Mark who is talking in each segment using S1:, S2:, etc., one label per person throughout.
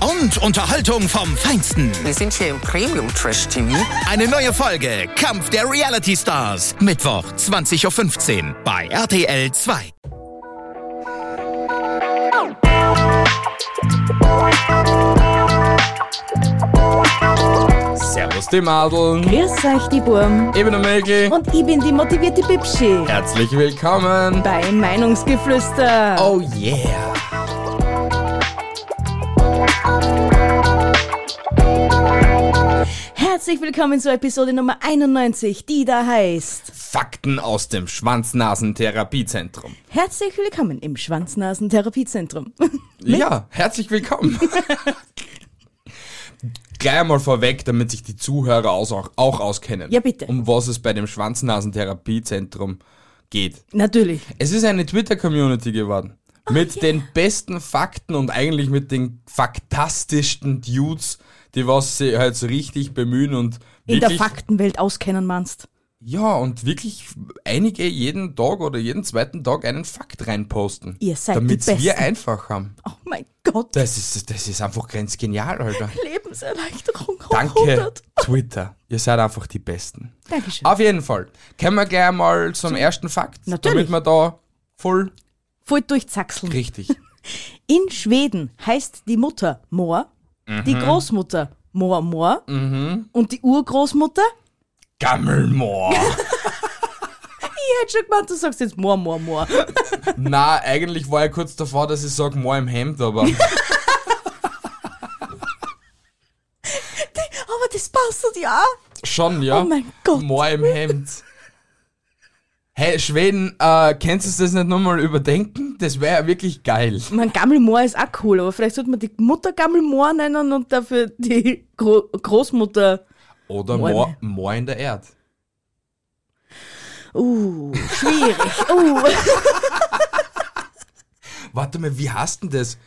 S1: und Unterhaltung vom Feinsten.
S2: Wir sind hier im Premium Trash TV.
S1: Eine neue Folge Kampf der Reality Stars. Mittwoch, 20.15 Uhr bei RTL 2.
S3: Servus die Madeln,
S4: Grüß euch, die Burm.
S3: ich bin der Melke.
S4: Und ich bin die motivierte Bibschi.
S3: Herzlich willkommen.
S4: Bei Meinungsgeflüster.
S3: Oh yeah.
S4: Herzlich willkommen zur Episode Nummer 91, die da heißt
S3: Fakten aus dem Schwanznasentherapiezentrum.
S4: Herzlich willkommen im Schwanznasentherapiezentrum.
S3: Ja, herzlich willkommen. Gleich mal vorweg, damit sich die Zuhörer aus, auch, auch auskennen.
S4: Ja, bitte.
S3: Um was es bei dem Schwanznasentherapiezentrum geht.
S4: Natürlich.
S3: Es ist eine Twitter-Community geworden.
S4: Ah,
S3: mit den besten Fakten und eigentlich mit den faktastischsten Dudes, die was sie halt so richtig bemühen und
S4: In der
S3: wirklich,
S4: Faktenwelt auskennen meinst.
S3: ja, und wirklich einige jeden Tag oder jeden zweiten Tag einen Fakt reinposten.
S4: Ihr seid die
S3: Damit
S4: Besten.
S3: wir einfach haben.
S4: Oh mein Gott,
S3: Das ist, das ist einfach ganz genial,
S4: Oh
S3: Alter.
S4: Lebenserleichterung hoch
S3: Danke,
S4: 100.
S3: Twitter. Ihr seid einfach die Besten.
S4: Dankeschön.
S3: Auf jeden Fall. Können wir gleich mal zum ersten Fakt,
S4: Natürlich.
S3: damit wir da voll
S4: Voll durchzackseln.
S3: richtig.
S4: In Schweden heißt die Mutter Moor,
S3: Mhm.
S4: die Großmutter Moor Moor und die Urgroßmutter?
S3: Gammelmoor.
S4: Ich hätte schon gemeint, du sagst jetzt Moor Moor Moor.
S3: Na, eigentlich war ich kurz davor, dass ich sage, mal im Hemd, aber
S4: Aber das passt doch ja.
S3: schon, ja.
S4: Oh mein Gott.
S3: Mal im Hemd. Hey, Schweden, äh, kannst du das nicht nochmal überdenken? Das wäre ja wirklich geil.
S4: Mein Gammelmoor ist auch cool, aber vielleicht sollte man die Mutter Gammelmoor nennen und dafür die Gro Großmutter.
S3: Oder
S4: Moor im
S3: Moor, Moor in der Erde.
S4: Uh, schwierig. uh.
S3: Warte mal, wie heißt denn das?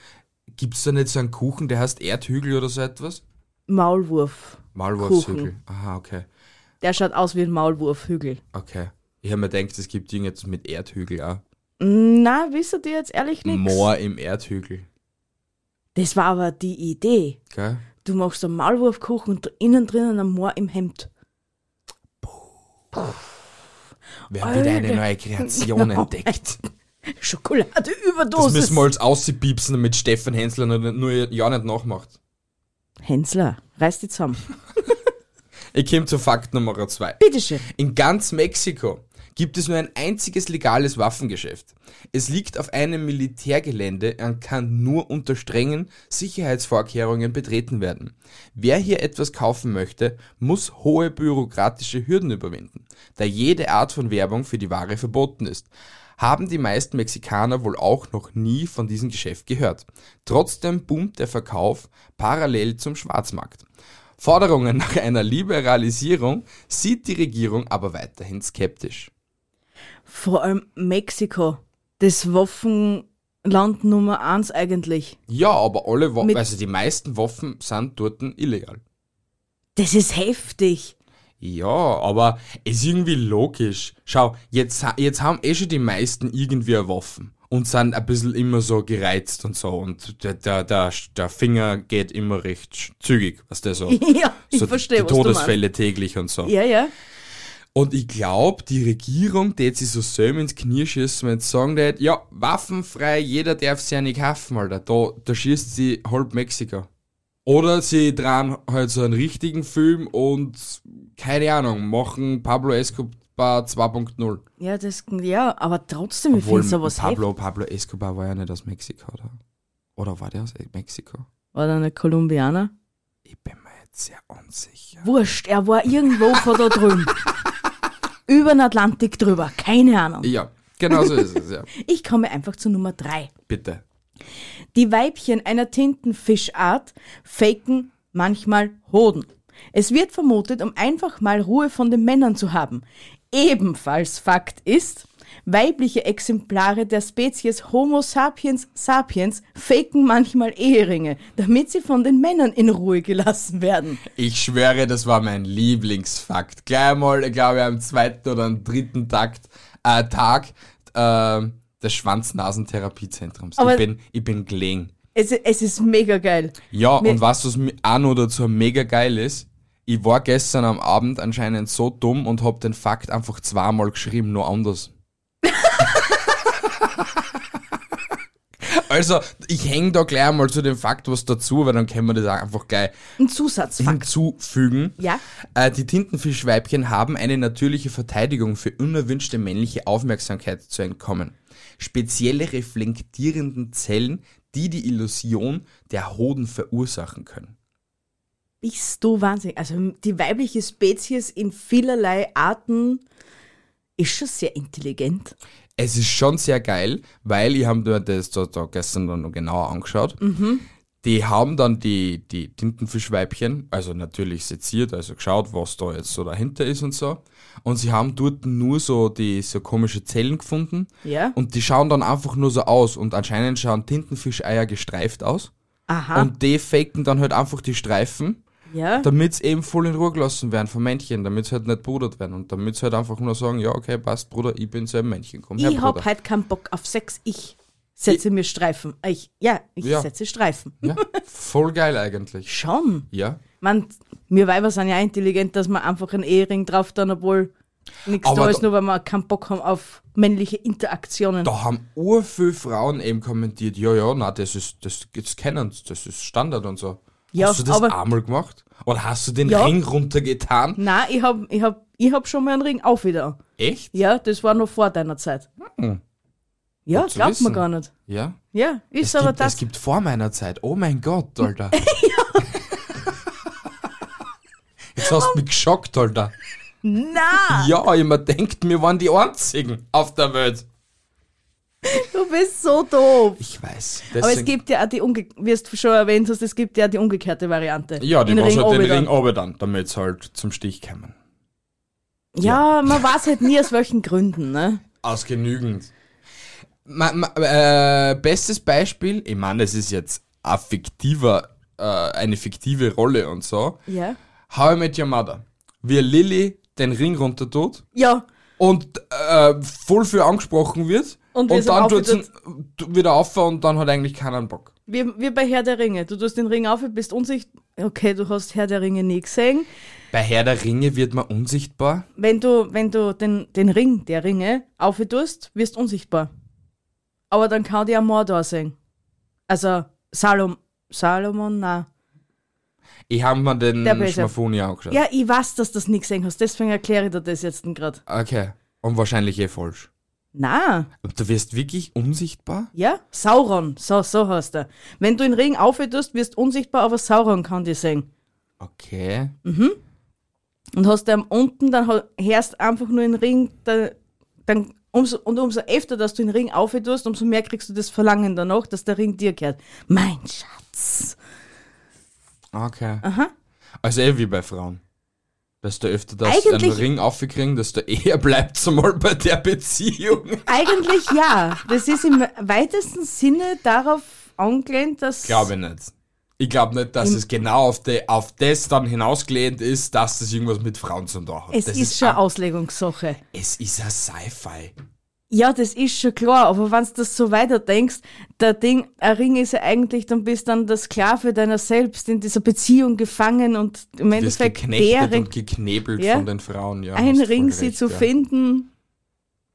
S3: Gibt's da nicht so einen Kuchen, der heißt Erdhügel oder so etwas?
S4: Maulwurf.
S3: Maulwurfshügel.
S4: Kuchen.
S3: Aha, okay.
S4: Der schaut aus wie ein Maulwurfhügel.
S3: Okay. Ich habe mir gedacht, es gibt irgendetwas mit Erdhügel auch.
S4: Na, wisst ihr dir jetzt ehrlich nichts?
S3: Moor im Erdhügel.
S4: Das war aber die Idee.
S3: Gell?
S4: Du machst einen Maulwurfkuchen und innen drinnen ein Moor im Hemd.
S3: Wir haben wieder eine
S4: Alter.
S3: neue Kreation
S4: Genau.
S3: entdeckt.
S4: Schokolade
S3: Das
S4: Überdosis.
S3: müssen wir halt- als auspiepsen, damit Steffen Hensler nur, nur ja nicht nachmacht.
S4: Hensler, reiß die zusammen.
S3: Ich komme zu Fakt Nummer 2.
S4: Bitteschön.
S3: In ganz Mexiko gibt es nur ein einziges legales Waffengeschäft. Es liegt auf einem Militärgelände und kann nur unter strengen Sicherheitsvorkehrungen betreten werden. Wer hier etwas kaufen möchte, muss hohe bürokratische Hürden überwinden, da jede Art von Werbung für die Ware verboten ist. Haben die meisten Mexikaner wohl auch noch nie von diesem Geschäft gehört. Trotzdem boomt der Verkauf parallel zum Schwarzmarkt. Forderungen nach einer Liberalisierung sieht die Regierung aber weiterhin skeptisch.
S4: Vor allem Mexiko. Das Waffenland Nummer eins eigentlich.
S3: Ja, aber alle Waffen,
S4: Mit-
S3: also die meisten Waffen sind dort illegal.
S4: Das ist heftig.
S3: Ja, aber ist irgendwie logisch. Schau, jetzt, ha- jetzt haben eh schon die meisten irgendwie eine Waffen und sind ein bisschen immer so gereizt und so und der, der, der, der Finger geht immer recht sch- zügig, was der so.
S4: Ja, ich
S3: so
S4: verstehe,
S3: die
S4: was
S3: Todesfälle täglich und so.
S4: du meinst. Ja, ja.
S3: Und ich glaube, die Regierung tät sich so selber ins Knie schießen, wenn sie sagen tät, ja, waffenfrei, jeder darf sich ja nicht kaufen, Alter. Da, da schießt sie halb Mexiko. Oder sie dran halt so einen richtigen Film und, keine Ahnung, machen Pablo Escobar 2.0.
S4: Ja, das, ja, aber trotzdem, ich
S3: Obwohl,
S4: finde sowas heftig.
S3: Pablo, Pablo Escobar war ja nicht aus Mexiko, oder? Oder war der aus Mexiko?
S4: War da nicht Kolumbianer?
S3: Ich bin mir jetzt sehr unsicher.
S4: Wurscht, er war irgendwo von da drüben. Über den Atlantik drüber, keine Ahnung.
S3: Ja, genau so ist es, ja.
S4: Ich komme einfach zu Nummer drei.
S3: Bitte.
S4: Die Weibchen einer Tintenfischart faken manchmal Hoden. Es wird vermutet, um einfach mal Ruhe von den Männern zu haben. Ebenfalls Fakt ist, weibliche Exemplare der Spezies Homo sapiens sapiens faken manchmal Eheringe, damit sie von den Männern in Ruhe gelassen werden.
S3: Ich schwöre, das war mein Lieblingsfakt. Gleich mal, ich glaube, am zweiten oder am dritten Takt, äh, Tag äh, des Schwanznasentherapiezentrums.
S4: Aber-
S3: Ich bin, ich bin gelegen.
S4: Es, es ist mega geil.
S3: Ja,
S4: Mir-
S3: und was was mir auch noch dazu mega geil ist, ich war gestern am Abend anscheinend so dumm und hab den Fakt einfach zweimal geschrieben, nur anders. also, ich häng da gleich mal zu dem Fakt was dazu, weil dann können wir das auch einfach gleich
S4: Ein Zusatzfakt.
S3: hinzufügen.
S4: Ja.
S3: Äh, die Tintenfischweibchen haben eine natürliche Verteidigung für unerwünschte männliche Aufmerksamkeit zu entkommen. Spezielle reflektierenden Zellen, die die Illusion der Hoden verursachen können.
S4: Bist du wahnsinnig? Also die weibliche Spezies in vielerlei Arten ist schon sehr intelligent.
S3: Es ist schon sehr geil, weil ich habe mir das da, da gestern dann noch genauer angeschaut.
S4: Mhm.
S3: Die haben dann die, die Tintenfischweibchen, also natürlich seziert, also geschaut, was da jetzt so dahinter ist und so. Und sie haben dort nur so die so komische Zellen gefunden.
S4: Ja.
S3: Und die schauen dann einfach nur so aus. Und anscheinend schauen Tintenfischeier gestreift aus.
S4: Aha.
S3: Und die faken dann halt einfach die Streifen,
S4: ja.
S3: damit sie eben voll in Ruhe gelassen werden vom Männchen, damit sie halt nicht brudert werden. Und damit sie halt einfach nur sagen, ja, okay, passt, Bruder, ich bin so ein Männchen, komm her,
S4: ich hab
S3: Bruder.
S4: halt keinen Bock auf Sex. Ich setze mir Streifen. Ah, Ich, ja, ich
S3: Ja.
S4: setze Streifen.
S3: Ja, voll geil eigentlich.
S4: Schon.
S3: Ja.
S4: Man, wir Weiber sind ja intelligent, dass man einfach einen Ehering drauf tun, obwohl nichts
S3: Aber
S4: da ist,
S3: da-
S4: nur weil wir keinen Bock haben auf männliche Interaktionen.
S3: Da haben urviel Frauen eben kommentiert, ja, ja, na, das ist, das, das kennen sie, das ist Standard und so.
S4: Ja,
S3: hast du das
S4: aber-
S3: einmal gemacht? Oder hast du den
S4: Ja.
S3: Ring runtergetan?
S4: Nein, ich hab, ich, hab, ich hab schon mal einen Ring auch wieder. an.
S3: Echt?
S4: Ja, das war noch vor deiner Zeit. Ja,
S3: Hm. Gut
S4: glaubt
S3: zu
S4: man
S3: wissen.
S4: gar nicht.
S3: Ja.
S4: Ja, ist
S3: Es
S4: aber
S3: gibt,
S4: das.
S3: es gibt vor meiner Zeit. Oh mein Gott, Alter. Jetzt hast du mich geschockt, Alter.
S4: Na,
S3: Ja, ich mir denkt, wir waren die Einzigen auf der Welt.
S4: du bist so doof.
S3: Ich weiß.
S4: Aber es gibt ja auch die, umge wie du schon erwähnt hast, es gibt ja die umgekehrte Variante.
S3: ja, die
S4: In
S3: was halt den
S4: Obedern.
S3: Ring oben dann, damit sie halt zum Stich kommen.
S4: Ja, man weiß halt nie aus welchen Gründen, ne?
S3: Aus genügend. Ma, ma, äh, bestes Beispiel, ich meine, das ist jetzt ein fiktiver, äh, eine fiktive Rolle und so.
S4: Ja.
S3: How I Met Your Mother. Wie Lilly den Ring runter tut.
S4: Ja,
S3: und äh, voll viel angesprochen wird
S4: Und
S3: und,
S4: wir sind
S3: dann
S4: aufgetut-
S3: tut's ihn wieder auf und dann hat eigentlich keinen Bock.
S4: wie, wie bei Herr der Ringe. Du tust den Ring auf, bist unsichtbar. Okay, du hast Herr der Ringe nie gesehen.
S3: Bei Herr der Ringe wird man unsichtbar.
S4: Wenn du, wenn du den, den Ring der Ringe aufetust, wirst unsichtbar. Aber dann kann dir ein Mordor sehen. Also Salom, Salomon, na.
S3: Ich habe mir
S4: Der
S3: den
S4: Böse.
S3: Schmafoni angeschaut.
S4: Ja, ich weiß, dass du das nicht gesehen hast, deswegen erkläre ich dir das jetzt gerade.
S3: Okay. Und wahrscheinlich eh falsch.
S4: Na,
S3: Aber du wirst wirklich unsichtbar?
S4: ja? Sauron, so, so heißt er. Wenn du den Ring aufetust, wirst unsichtbar, aber Sauron kann dich sehen.
S3: Okay.
S4: und hast dann unten, dann ha- hörst einfach nur den Ring, dann, dann umso, und umso öfter, dass du den Ring aufhörst, umso mehr kriegst du das Verlangen danach, dass der Ring dir gehört. Mein Schatz.
S3: Okay. Also eh wie bei Frauen. Dass du öfter das einen
S4: Eigentlich-
S3: Ring aufkriegen, dass du eher bleibt zumal bei der Beziehung.
S4: Eigentlich ja. Das ist im weitesten Sinne darauf angelehnt, dass.
S3: Glaube ich nicht. Ich glaube nicht, dass es genau auf, de, auf das dann hinausgelehnt ist, dass das irgendwas mit Frauen zu tun hat.
S4: es
S3: das
S4: ist, schon
S3: ein-
S4: eine Auslegungssache.
S3: Es ist ein Sci-Fi.
S4: Ja, das ist schon klar, aber wenn du das so weiterdenkst, der Ding, ein Ring ist ja eigentlich, dann bist dann der Sklave deiner selbst in dieser Beziehung gefangen und im
S3: Du wirst
S4: Endeffekt der
S3: geknechtet
S4: Ring
S3: und geknebelt
S4: Ja.
S3: von den Frauen. Ja,
S4: einen
S3: hast voll
S4: Ring sie
S3: recht,
S4: zu
S3: ja.
S4: finden,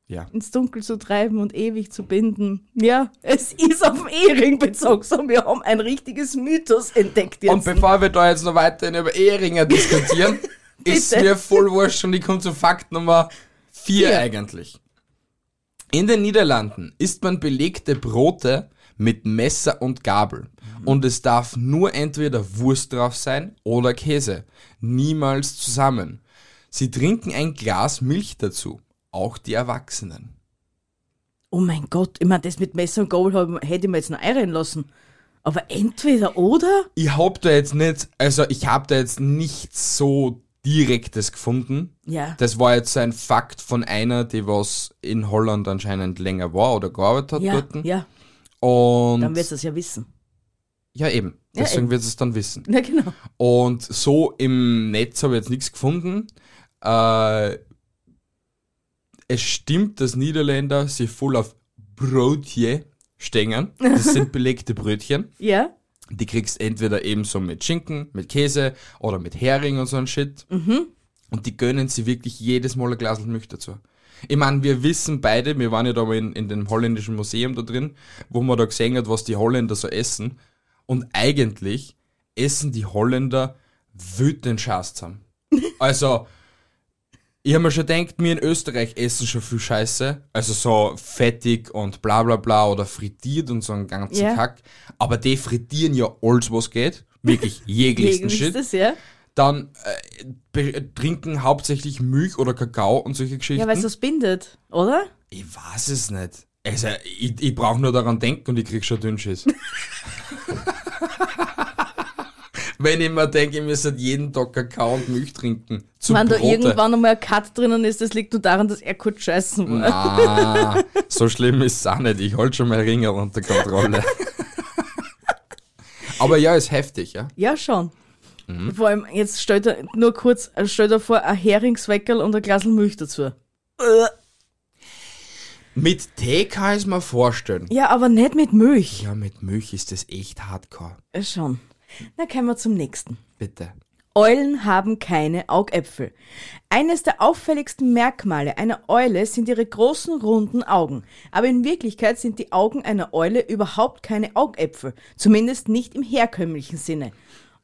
S3: Ja.
S4: ins Dunkel zu treiben und ewig zu binden. Ja, es ist auf den Ehering bezogen, so wir haben ein richtiges Mythos entdeckt
S3: Und
S4: jetzt.
S3: bevor wir da jetzt noch weiterhin über Eheringe diskutieren, ist
S4: Bitte.
S3: mir voll wurscht und ich komme zu Fakt Nummer 4 eigentlich. In den Niederlanden isst man belegte Brote mit Messer und Gabel. Und es darf nur entweder Wurst drauf sein oder Käse. Niemals zusammen. Sie trinken ein Glas Milch dazu. Auch die Erwachsenen.
S4: Oh mein Gott, ich meine, das mit Messer und Gabel hab- hätte ich mir jetzt noch einrennen lassen. Aber entweder oder?
S3: Ich hab da jetzt nicht, also ich hab da jetzt nichts so Direktes gefunden.
S4: Ja.
S3: Das war jetzt ein Fakt von einer, die was in Holland anscheinend länger war oder gearbeitet hat
S4: ja,
S3: dort.
S4: ja, dann
S3: Und
S4: wirst du es ja wissen.
S3: ja eben,
S4: Ja,
S3: deswegen
S4: eben.
S3: wird es dann wissen.
S4: Na genau.
S3: Und so im Netz habe ich jetzt nichts gefunden. Äh, es stimmt, dass Niederländer sich voll auf Brotje stängern. Das sind belegte Brötchen.
S4: Ja,
S3: Die kriegst entweder eben so mit Schinken, mit Käse oder mit Hering und so ein Shit. Und die gönnen sie wirklich jedes Mal ein Glas Milch dazu. Ich meine, wir wissen beide, wir waren ja da mal in, in dem holländischen Museum da drin, wo man da gesehen hat, was die Holländer so essen. Und eigentlich essen die Holländer wütend Scheiß zusammen. Also, ich habe mir schon gedacht, wir in Österreich essen schon viel Scheiße. Also so fettig und bla bla bla oder frittiert und so einen ganzen
S4: Ja.
S3: Kack. Aber die frittieren ja alles, was geht. Wirklich
S4: wegen
S3: jeglichsten Shit
S4: ist das, ja.
S3: dann äh, be- äh, trinken hauptsächlich Milch oder Kakao und solche Geschichten.
S4: Ja, weil es das bindet, oder?
S3: ich weiß es nicht. Also, ich, ich brauche nur daran denken und ich krieg schon Dünnschiss. Wenn ich mir denke, ich müsste jeden Tag Kakao und Milch trinken. Zu
S4: Wenn da
S3: Brote.
S4: irgendwann einmal ein Cut drinnen ist, das liegt nur daran, dass er kurz scheißen war.
S3: Ah, so schlimm ist es auch nicht. Ich halte schon mal Ringer unter Kontrolle. Aber ja, ist heftig, ja.
S4: Ja, schon.
S3: Mhm.
S4: Vor allem, jetzt stell dir nur kurz, äh, stell dir vor, ein Heringsweckerl und ein Glas Milch dazu.
S3: Mit Tee kann ich es mir vorstellen.
S4: Ja, aber nicht mit Milch.
S3: Ja, mit Milch ist das echt hardcore.
S4: Äh, Schon. Na, kommen wir zum nächsten.
S3: Bitte.
S4: Eulen haben keine Augäpfel. Eines der auffälligsten Merkmale einer Eule sind ihre großen runden Augen. Aber in Wirklichkeit sind die Augen einer Eule überhaupt keine Augäpfel, zumindest nicht im herkömmlichen Sinne.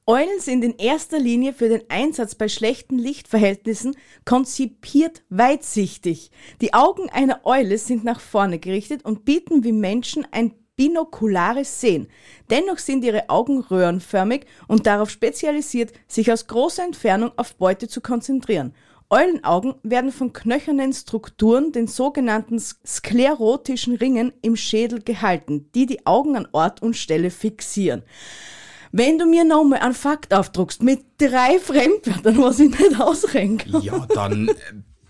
S4: Eulen sind in erster Linie für den Einsatz bei schlechten Lichtverhältnissen konzipiert weitsichtig. Die Augen einer Eule sind nach vorne gerichtet und bieten wie Menschen ein binokulares Sehen. Dennoch sind ihre Augen röhrenförmig und darauf spezialisiert, sich aus großer Entfernung auf Beute zu konzentrieren. Eulenaugen werden von knöchernen Strukturen, den sogenannten sklerotischen Ringen im Schädel gehalten, die die Augen an Ort und Stelle fixieren. Wenn du mir nochmal einen Fakt aufdruckst mit drei Fremdwörtern, was ich nicht ausrenken kann,
S3: Ja, dann äh,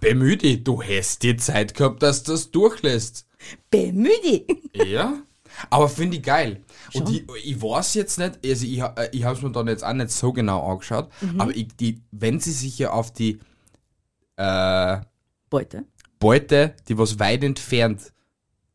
S3: bemühe dich. Du hast dir Zeit gehabt, dass du das durchlässt.
S4: bemühe dich.
S3: Ja? Aber finde ich geil. Und ich, ich weiß jetzt nicht, also ich, ha- äh, ich habe es mir dann jetzt auch nicht so genau angeschaut,
S4: Mhm.
S3: aber ich, die, wenn sie sich ja auf die äh,
S4: Beute,
S3: Beute, die was weit entfernt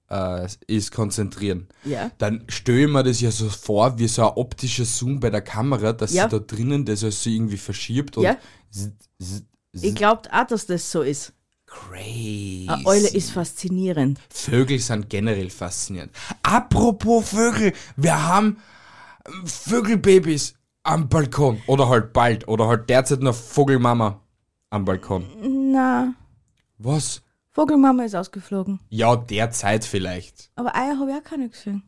S3: äh, ist, konzentrieren,
S4: ja.
S3: dann stelle ich mir das ja so vor, wie so ein optischer Zoom bei der Kamera, dass
S4: Ja.
S3: sie da drinnen das also irgendwie verschiebt und
S4: Ja.
S3: z- z- z-
S4: Ich glaube auch, dass das so ist.
S3: crazy.
S4: Eine Eule ist faszinierend.
S3: Vögel sind generell faszinierend. Apropos Vögel, wir haben ähm, Vögelbabys am Balkon. Oder halt bald. Oder halt derzeit noch Vogelmama am Balkon.
S4: Na,
S3: Was?
S4: Vogelmama ist ausgeflogen.
S3: Ja, derzeit vielleicht.
S4: Aber Eier habe ich auch keine gesehen.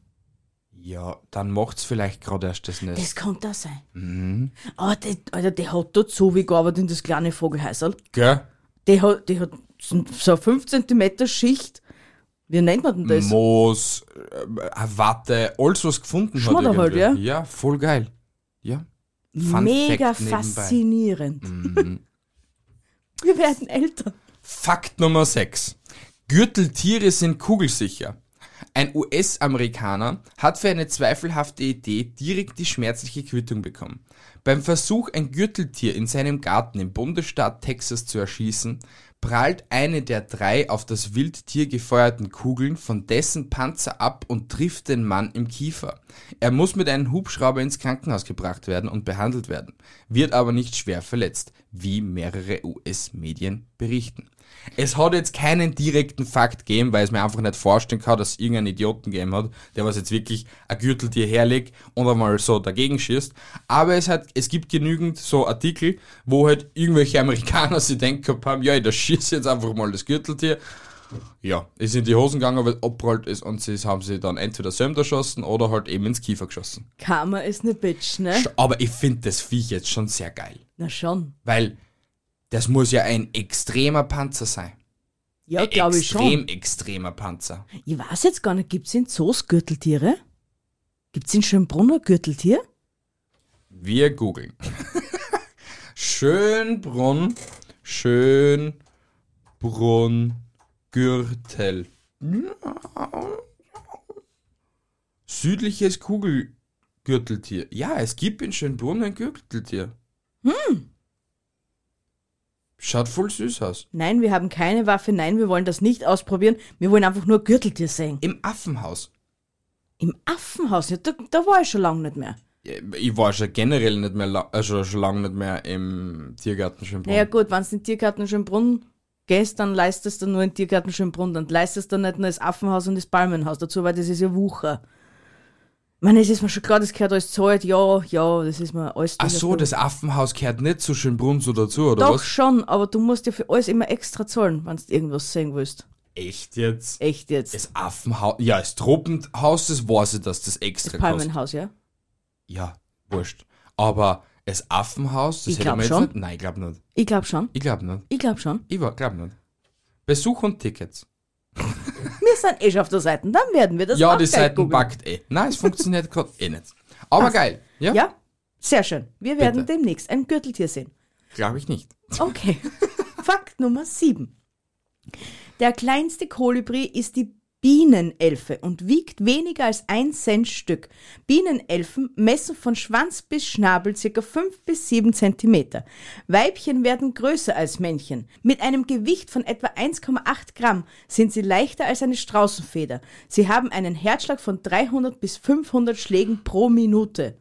S3: Ja, dann macht's vielleicht gerade erst das Nest.
S4: Das kann da sein.
S3: Mhm.
S4: Aber die, Alter, die hat dort so wie gearbeitet in das kleine Vogelhäuserl.
S3: Gell?
S4: Die hat, die hat so so eine 5 cm Schicht. Wie nennt man denn das?
S3: Moos, äh, eine Watte, alles was gefunden
S4: Schmodder
S3: hat.
S4: halt,
S3: irgendwer. Ja, voll geil. Ja. Fun
S4: Mega
S3: Fact nebenbei. Mhm.
S4: faszinierend. Wir werden älter.
S3: Fakt Nummer 6. Gürteltiere sind kugelsicher. Ein US-Amerikaner hat für eine zweifelhafte Idee direkt die schmerzliche Quittung bekommen. Beim Versuch, ein Gürteltier in seinem Garten im Bundesstaat Texas zu erschießen, prallt eine der drei auf das Wildtier gefeuerten Kugeln von dessen Panzer ab und trifft den Mann im Kiefer. Er muss mit einem Hubschrauber ins Krankenhaus gebracht werden und behandelt werden, wird aber nicht schwer verletzt, wie mehrere US-Medien berichten. Es hat jetzt keinen direkten Fakt gegeben, weil es mir einfach nicht vorstellen kann, dass es irgendeinen Idioten gegeben hat, der was jetzt wirklich ein Gürteltier herlegt und einmal so dagegen schießt. Aber es, hat, es gibt genügend so Artikel, wo halt irgendwelche Amerikaner sich denken gehabt haben, ja, ich schieße jetzt einfach mal das Gürteltier. Ja, ist in die Hosen gegangen, weil es abgerollt ist und sie haben sie dann entweder selber erschossen oder halt eben ins Kiefer geschossen.
S4: Karma ist ne Bitch, ne?
S3: Aber ich finde das Viech jetzt schon sehr geil,
S4: Na schon.
S3: weil das muss ja ein extremer Panzer sein.
S4: Ja, glaube ich
S3: Extrem
S4: schon.
S3: extremer Panzer.
S4: Ich weiß jetzt gar nicht, gibt's in Zoos Gürteltiere? Gibt's in Schönbrunner Gürteltier?
S3: Wir googeln. Schönbrunn, Schönbrunn, Gürtel. Südliches Kugelgürteltier. Ja, es gibt in Schönbrunn ein Gürteltier. Hm. Schaut voll süß aus.
S4: Nein, wir haben keine Waffe, nein, wir wollen das nicht ausprobieren. Wir wollen einfach nur Gürteltier sehen.
S3: Im Affenhaus.
S4: Im Affenhaus, ja, da, da war ich schon lange nicht mehr.
S3: Ich war schon generell nicht mehr, la- also schon lange nicht mehr im Tiergarten Schönbrunn.
S4: Naja gut, wenn du in Tiergarten Schönbrunn gehst, dann leistest du nur in Tiergarten Schönbrunn. Dann leistest du nicht nur das Affenhaus und das Palmenhaus dazu, weil das ist ja Wucher. Ich meine, es ist mir schon klar, das gehört alles zu alt. Ja, ja, das ist mir alles...
S3: Ach so, das Affenhaus gehört nicht zu Schönbrunn so dazu, oder
S4: Doch
S3: was?
S4: schon, aber du musst ja für alles immer extra zahlen, wenn du irgendwas sehen willst.
S3: Echt jetzt?
S4: Echt jetzt.
S3: Das Affenhaus, ja, das Tropenhaus, das weiß ich, dass das extra
S4: das
S3: kostet.
S4: Palmenhaus, ja?
S3: Ja, wurscht. Aber das Affenhaus,
S4: Ich
S3: das hätte
S4: glaub
S3: man jetzt
S4: schon.
S3: nicht. Nein, ich glaube nicht.
S4: Ich glaube schon.
S3: Ich glaube nicht.
S4: Ich glaube schon.
S3: Ich glaube nicht. Besuch und Tickets.
S4: Wir sind eh schon auf der Seite, dann werden wir das
S3: ja,
S4: auch
S3: die
S4: gleich
S3: Seiten
S4: googeln.
S3: backt eh. Nein, es funktioniert gerade eh nicht. Aber geil. Ja?
S4: Ja, sehr schön. Wir werden
S3: Bitte.
S4: demnächst ein Gürteltier sehen.
S3: Glaube ich nicht.
S4: Okay. Fakt Nummer 7. Der kleinste Kolibri ist die Bienenelfe und wiegt weniger als ein Cent Stück. Bienenelfen messen von Schwanz bis Schnabel circa 5 bis 7 Zentimeter. Weibchen werden größer als Männchen. Mit einem Gewicht von etwa 1,8 Gramm sind sie leichter als eine Straußenfeder. Sie haben einen Herzschlag von 300 bis 500 Schlägen pro Minute.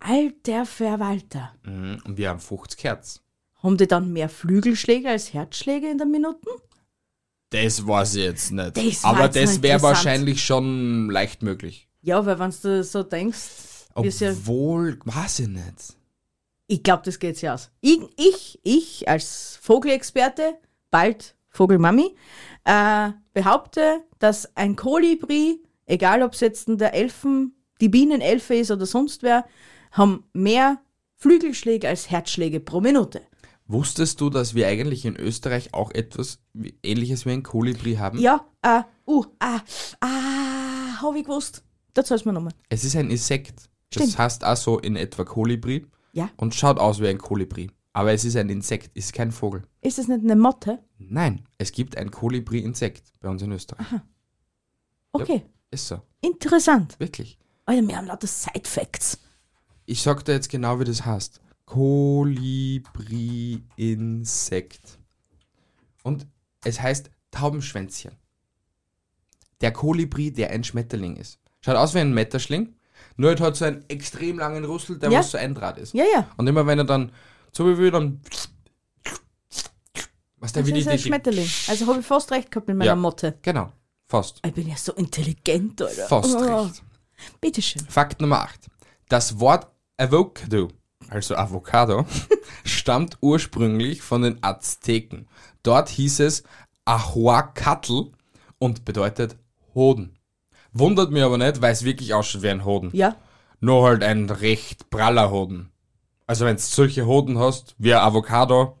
S4: Alter Verwalter.
S3: Mhm, Und wir haben 50 Hertz.
S4: Haben die dann mehr Flügelschläge als Herzschläge in der Minute?
S3: Das weiß ich jetzt nicht.
S4: Das war
S3: Aber
S4: jetzt
S3: das
S4: noch
S3: wäre
S4: interessant.
S3: wahrscheinlich schon leicht möglich.
S4: Ja, weil wenn du so denkst, wir sind ja,
S3: Obwohl, weiß ich nicht.
S4: ich glaube, das geht sich aus. Ich, ich, ich als Vogelexperte, bald Vogelmami, äh, behaupte, dass ein Kolibri, egal ob es jetzt in der Elfen, die Bienenelfe ist oder sonst wer, haben mehr Flügelschläge als Herzschläge pro Minute.
S3: Wusstest du, dass wir eigentlich in Österreich auch etwas wie- ähnliches wie ein Kolibri haben?
S4: Ja, äh, uh, ah, ah, hab ich gewusst. Da zahlst du mir nochmal.
S3: Es ist ein Insekt. Das
S4: Stimmt.
S3: heißt auch so in etwa Kolibri
S4: Ja.
S3: und schaut aus wie ein Kolibri. Aber es ist ein Insekt, ist kein Vogel.
S4: Ist das nicht eine Motte?
S3: Nein, es gibt ein Kolibri-Insekt bei uns in Österreich.
S4: Okay,
S3: Ist so,
S4: interessant.
S3: wirklich.
S4: Alter, wir haben lauter Side-Facts.
S3: Ich sag dir jetzt genau, wie das heißt. Kolibri-Insekt. Und es heißt Taubenschwänzchen. Der Kolibri, der ein Schmetterling ist. Schaut aus wie ein Metterschling, nur halt hat so einen extrem langen Rüssel, der
S4: Ja.
S3: was so ein Draht ist.
S4: Ja, ja.
S3: Und immer wenn er dann so wie will, dann... Was der
S4: Das
S3: wie die,
S4: ist
S3: die,
S4: ein
S3: die
S4: Schmetterling. Also habe ich fast recht gehabt mit meiner
S3: Ja.
S4: Motte.
S3: Genau, fast.
S4: Ich bin ja so intelligent, Alter.
S3: Fast
S4: Oh,
S3: recht.
S4: Bitteschön.
S3: Fakt Nummer 8. Das Wort Avocado, also Avocado, stammt ursprünglich von den Azteken. Dort hieß es Ahuacatl und bedeutet Hoden. Wundert mich aber nicht, weil es wirklich ausschaut wie ein Hoden.
S4: Ja,
S3: Nur halt ein recht praller Hoden. Also wenn du solche Hoden hast, wie ein Avocado,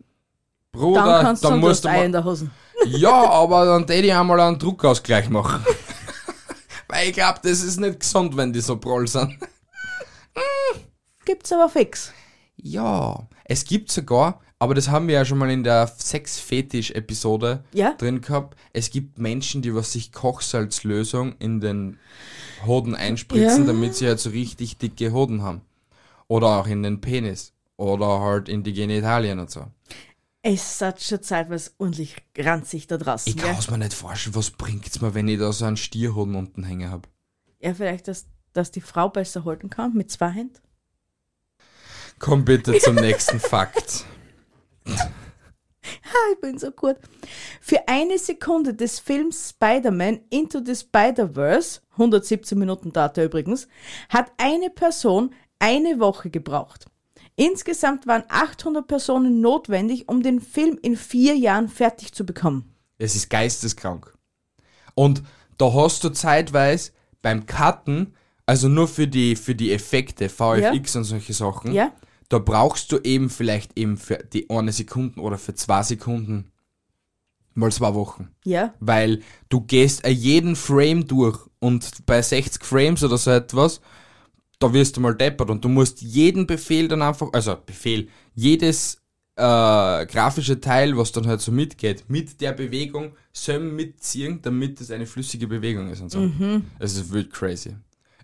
S3: Bruder,
S4: dann
S3: dann,
S4: kannst du
S3: musst
S4: das
S3: du
S4: Ei
S3: mal...
S4: in der Hose.
S3: Ja, aber dann tät ich einmal einen Druckausgleich machen. Weil ich glaub, das ist nicht gesund, wenn die so prall sind.
S4: Gibt's aber fix.
S3: Ja, es gibt sogar, aber das haben wir ja schon mal in der Sex-Fetisch-Episode
S4: Ja.
S3: drin gehabt. Es gibt Menschen, die was sich Kochsalzlösung in den Hoden einspritzen,
S4: Ja.
S3: damit sie halt so richtig dicke Hoden haben. Oder auch in den Penis. Oder halt in die Genitalien und so.
S4: Es hat schon zeitweise ordentlich ranzig da draußen.
S3: Ich
S4: Gell?
S3: kann es mir nicht vorstellen, was bringt's mir, wenn ich da so einen Stierhoden unten hängen hab.
S4: Ja, vielleicht, dass, dass die Frau besser halten kann mit zwei Händen.
S3: Komm bitte zum nächsten Fakt.
S4: ich bin so gut. Für eine Sekunde des Films Spider-Man Into the Spider-Verse, 117 Minuten dauert er übrigens, hat eine Person eine Woche gebraucht. Insgesamt waren 800 Personen notwendig, um den Film in vier Jahren fertig zu bekommen.
S3: Es ist geisteskrank. Und da hast du zeitweise beim Cutten, also nur für die, für die Effekte, VFX und solche Sachen,
S4: Ja?
S3: da brauchst du eben vielleicht eben für die eine Sekunde oder für zwei Sekunden mal zwei Wochen.
S4: Ja.
S3: Weil du gehst a jeden Frame durch und bei 60 Frames oder so etwas, da wirst du mal deppert und du musst jeden Befehl dann einfach, also Befehl, jedes äh, grafische Teil, was dann halt so mitgeht, mit der Bewegung Söm mitziehen, damit es eine flüssige Bewegung ist und so.
S4: Mhm.
S3: Es ist wild crazy.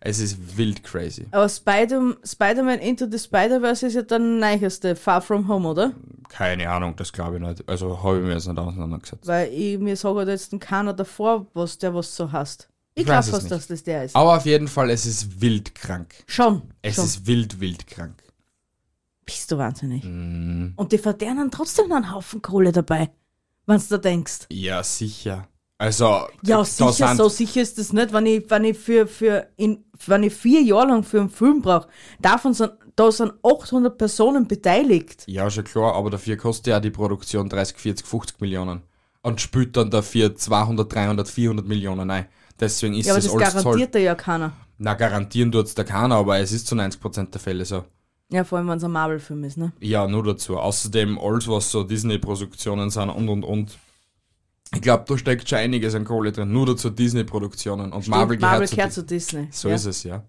S3: Es ist wild crazy.
S4: Aber Spider- Spider-Man Into the Spider-Verse ist ja dann neicheste Far From Home, oder?
S3: Keine Ahnung, das glaube ich nicht. Also habe ich mir jetzt nicht auseinandergesetzt.
S4: Weil ich mir sage halt jetzt keiner davor, was der was so hast. Ich
S3: Ich weiß
S4: glaube
S3: es
S4: fast,
S3: nicht.
S4: dass das der ist.
S3: Aber auf jeden Fall, es ist wild krank.
S4: schon.
S3: Es
S4: schon.
S3: ist wild, wild krank.
S4: Bist du wahnsinnig.
S3: Mhm.
S4: Und die verdienen trotzdem noch einen Haufen Kohle dabei, wenn du da denkst.
S3: Ja, sicher. Also,
S4: Ja,
S3: da
S4: sicher,
S3: sind-
S4: so sicher ist das nicht, wenn ich, wenn ich für, für in, wenn ich vier Jahre lang für einen Film brauche. Davon sind, da sind 800 Personen beteiligt.
S3: Ja, schon klar, aber dafür kostet ja die Produktion 30, 40, 50 Millionen. Und spült dann dafür 200, 300, 400 Millionen ein. Deswegen ist
S4: Ja, aber
S3: das,
S4: das
S3: alles Zoll.
S4: garantiert dir ja keiner.
S3: Na, garantieren tut's da keiner, aber es ist zu 90% der Fälle so.
S4: Ja, vor allem, wenn es ein Marvel-Film ist, ne?
S3: Ja, nur dazu. Außerdem alles, was so Disney-Produktionen sind und und und. Ich glaube, da steckt schon einiges an Kohle drin. Nur dazu Disney-Produktionen. Und Marvel,
S4: Marvel
S3: gehört, zu Di-
S4: zu Disney.
S3: So
S4: ja.
S3: ist es, ja.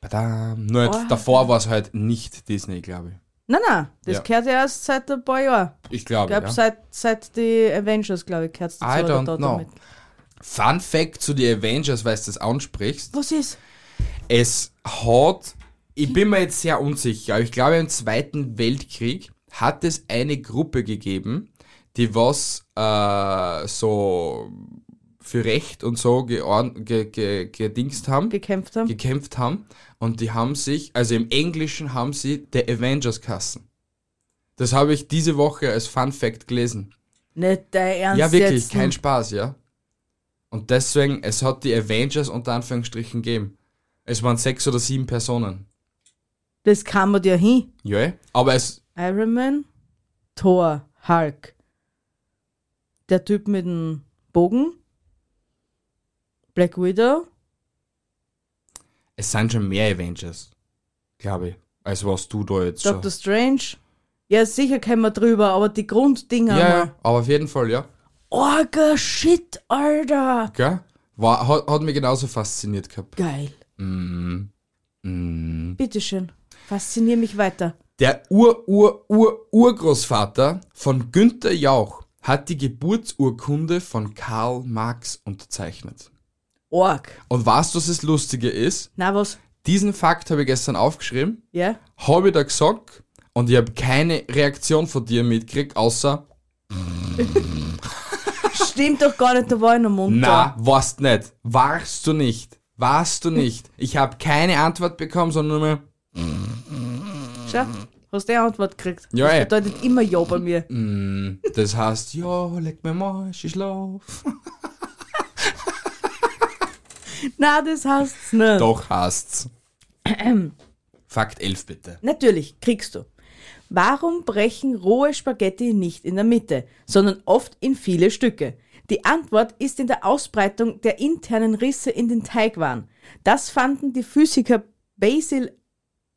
S3: Badam. Nur
S4: Oh.
S3: halt, davor war es halt nicht Disney, glaube ich.
S4: Nein, nein, das
S3: Ja.
S4: gehört ja erst seit ein paar Jahren.
S3: Ich glaube,
S4: Ich glaube,
S3: ja.
S4: seit, seit die Avengers, glaube ich, gehört es
S3: I don't know. Fun Fact zu den Avengers, weil du das ansprichst.
S4: Was ist?
S3: Es hat, ich bin mir jetzt sehr unsicher, aber ich glaube im Zweiten Weltkrieg hat es eine Gruppe gegeben, die was äh, so für Recht und so georn, ge, ge, gedingst haben,
S4: Gekämpft haben?
S3: gekämpft haben. Und die haben sich, also im Englischen haben sie The Avengers Kassen. Das habe ich diese Woche als Fun Fact gelesen.
S4: Nicht dein Ernst
S3: Ja, wirklich,
S4: jetzt. ne?
S3: kein Spaß, ja. Und deswegen, es hat die Avengers unter Anführungsstrichen gegeben. Es waren sechs oder sieben Personen.
S4: Das kann man dir hin.
S3: Ja, eh? aber es.
S4: Iron Man, Thor, Hulk. Der Typ mit dem Bogen. Black Widow.
S3: Es sind schon mehr Avengers, glaube ich, als was du da jetzt
S4: Doctor
S3: schon.
S4: Strange. Ja, sicher kommen wir drüber, aber die Grunddinger.
S3: Ja,
S4: mal.
S3: ja, aber auf jeden Fall, ja.
S4: Orga Shit, Alter.
S3: Gell? War, hat, hat mich genauso fasziniert gehabt.
S4: Geil.
S3: Mm, mm.
S4: Bitteschön. Faszinier mich weiter.
S3: Der Ur-Ur-Ur-Urgroßvater von Günther Jauch hat die Geburtsurkunde von Karl Marx unterzeichnet.
S4: Org.
S3: Und weißt du, was das Lustige ist?
S4: Na was?
S3: Diesen Fakt habe ich gestern aufgeschrieben,
S4: Ja?
S3: habe ich da gesagt und ich habe keine Reaktion von dir mitgekriegt, außer
S4: Stimmt doch gar nicht, da war ich noch munter.
S3: Na, warst nicht. Warst du nicht. Warst du nicht. Ich habe keine Antwort bekommen, sondern nur mehr,
S4: Schau, hast du eine Antwort gekriegt?
S3: Ja, eh. Mhm.
S4: Das
S3: ey.
S4: bedeutet immer Ja bei mir.
S3: das heißt, ja, leck mir mal, ich schlaf.
S4: Na, das heißt's nicht.
S3: Doch hast's. Fakt 11 bitte.
S4: Natürlich, kriegst du. Warum brechen rohe Spaghetti nicht in der Mitte, sondern oft in viele Stücke? Die Antwort ist in der Ausbreitung der internen Risse in den Teigwaren. Das fanden die Physiker Basil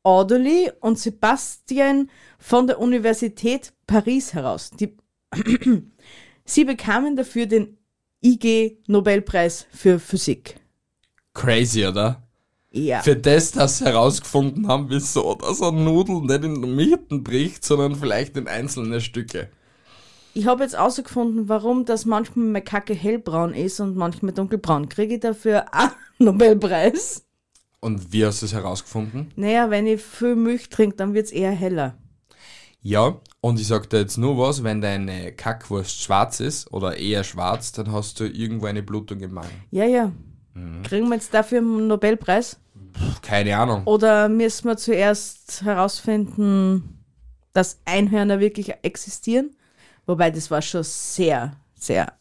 S4: Audeley und Sebastian von der Universität Paris heraus. Die Sie bekamen dafür den IG Nobelpreis für Physik.
S3: Crazy, oder?
S4: Ja.
S3: Für das, dass sie herausgefunden haben, wieso, dass eine Nudel nicht in Mitten bricht, sondern vielleicht in einzelne Stücke.
S4: Ich habe jetzt herausgefunden, warum das manchmal meine Kacke hellbraun ist und manchmal dunkelbraun. Kriege ich dafür einen Nobelpreis?
S3: Und wie hast du es herausgefunden?
S4: Naja, wenn ich viel Milch trinke, dann wird es eher heller.
S3: Ja, und ich sag dir jetzt nur was, wenn deine Kackwurst schwarz ist oder eher schwarz, dann hast du irgendwo eine Blutung im Magen.
S4: Ja, ja. Kriegen wir jetzt dafür einen Nobelpreis?
S3: Puh, Keine Ahnung.
S4: Oder müssen wir zuerst herausfinden, dass Einhörner wirklich existieren? Wobei, das war schon sehr, sehr.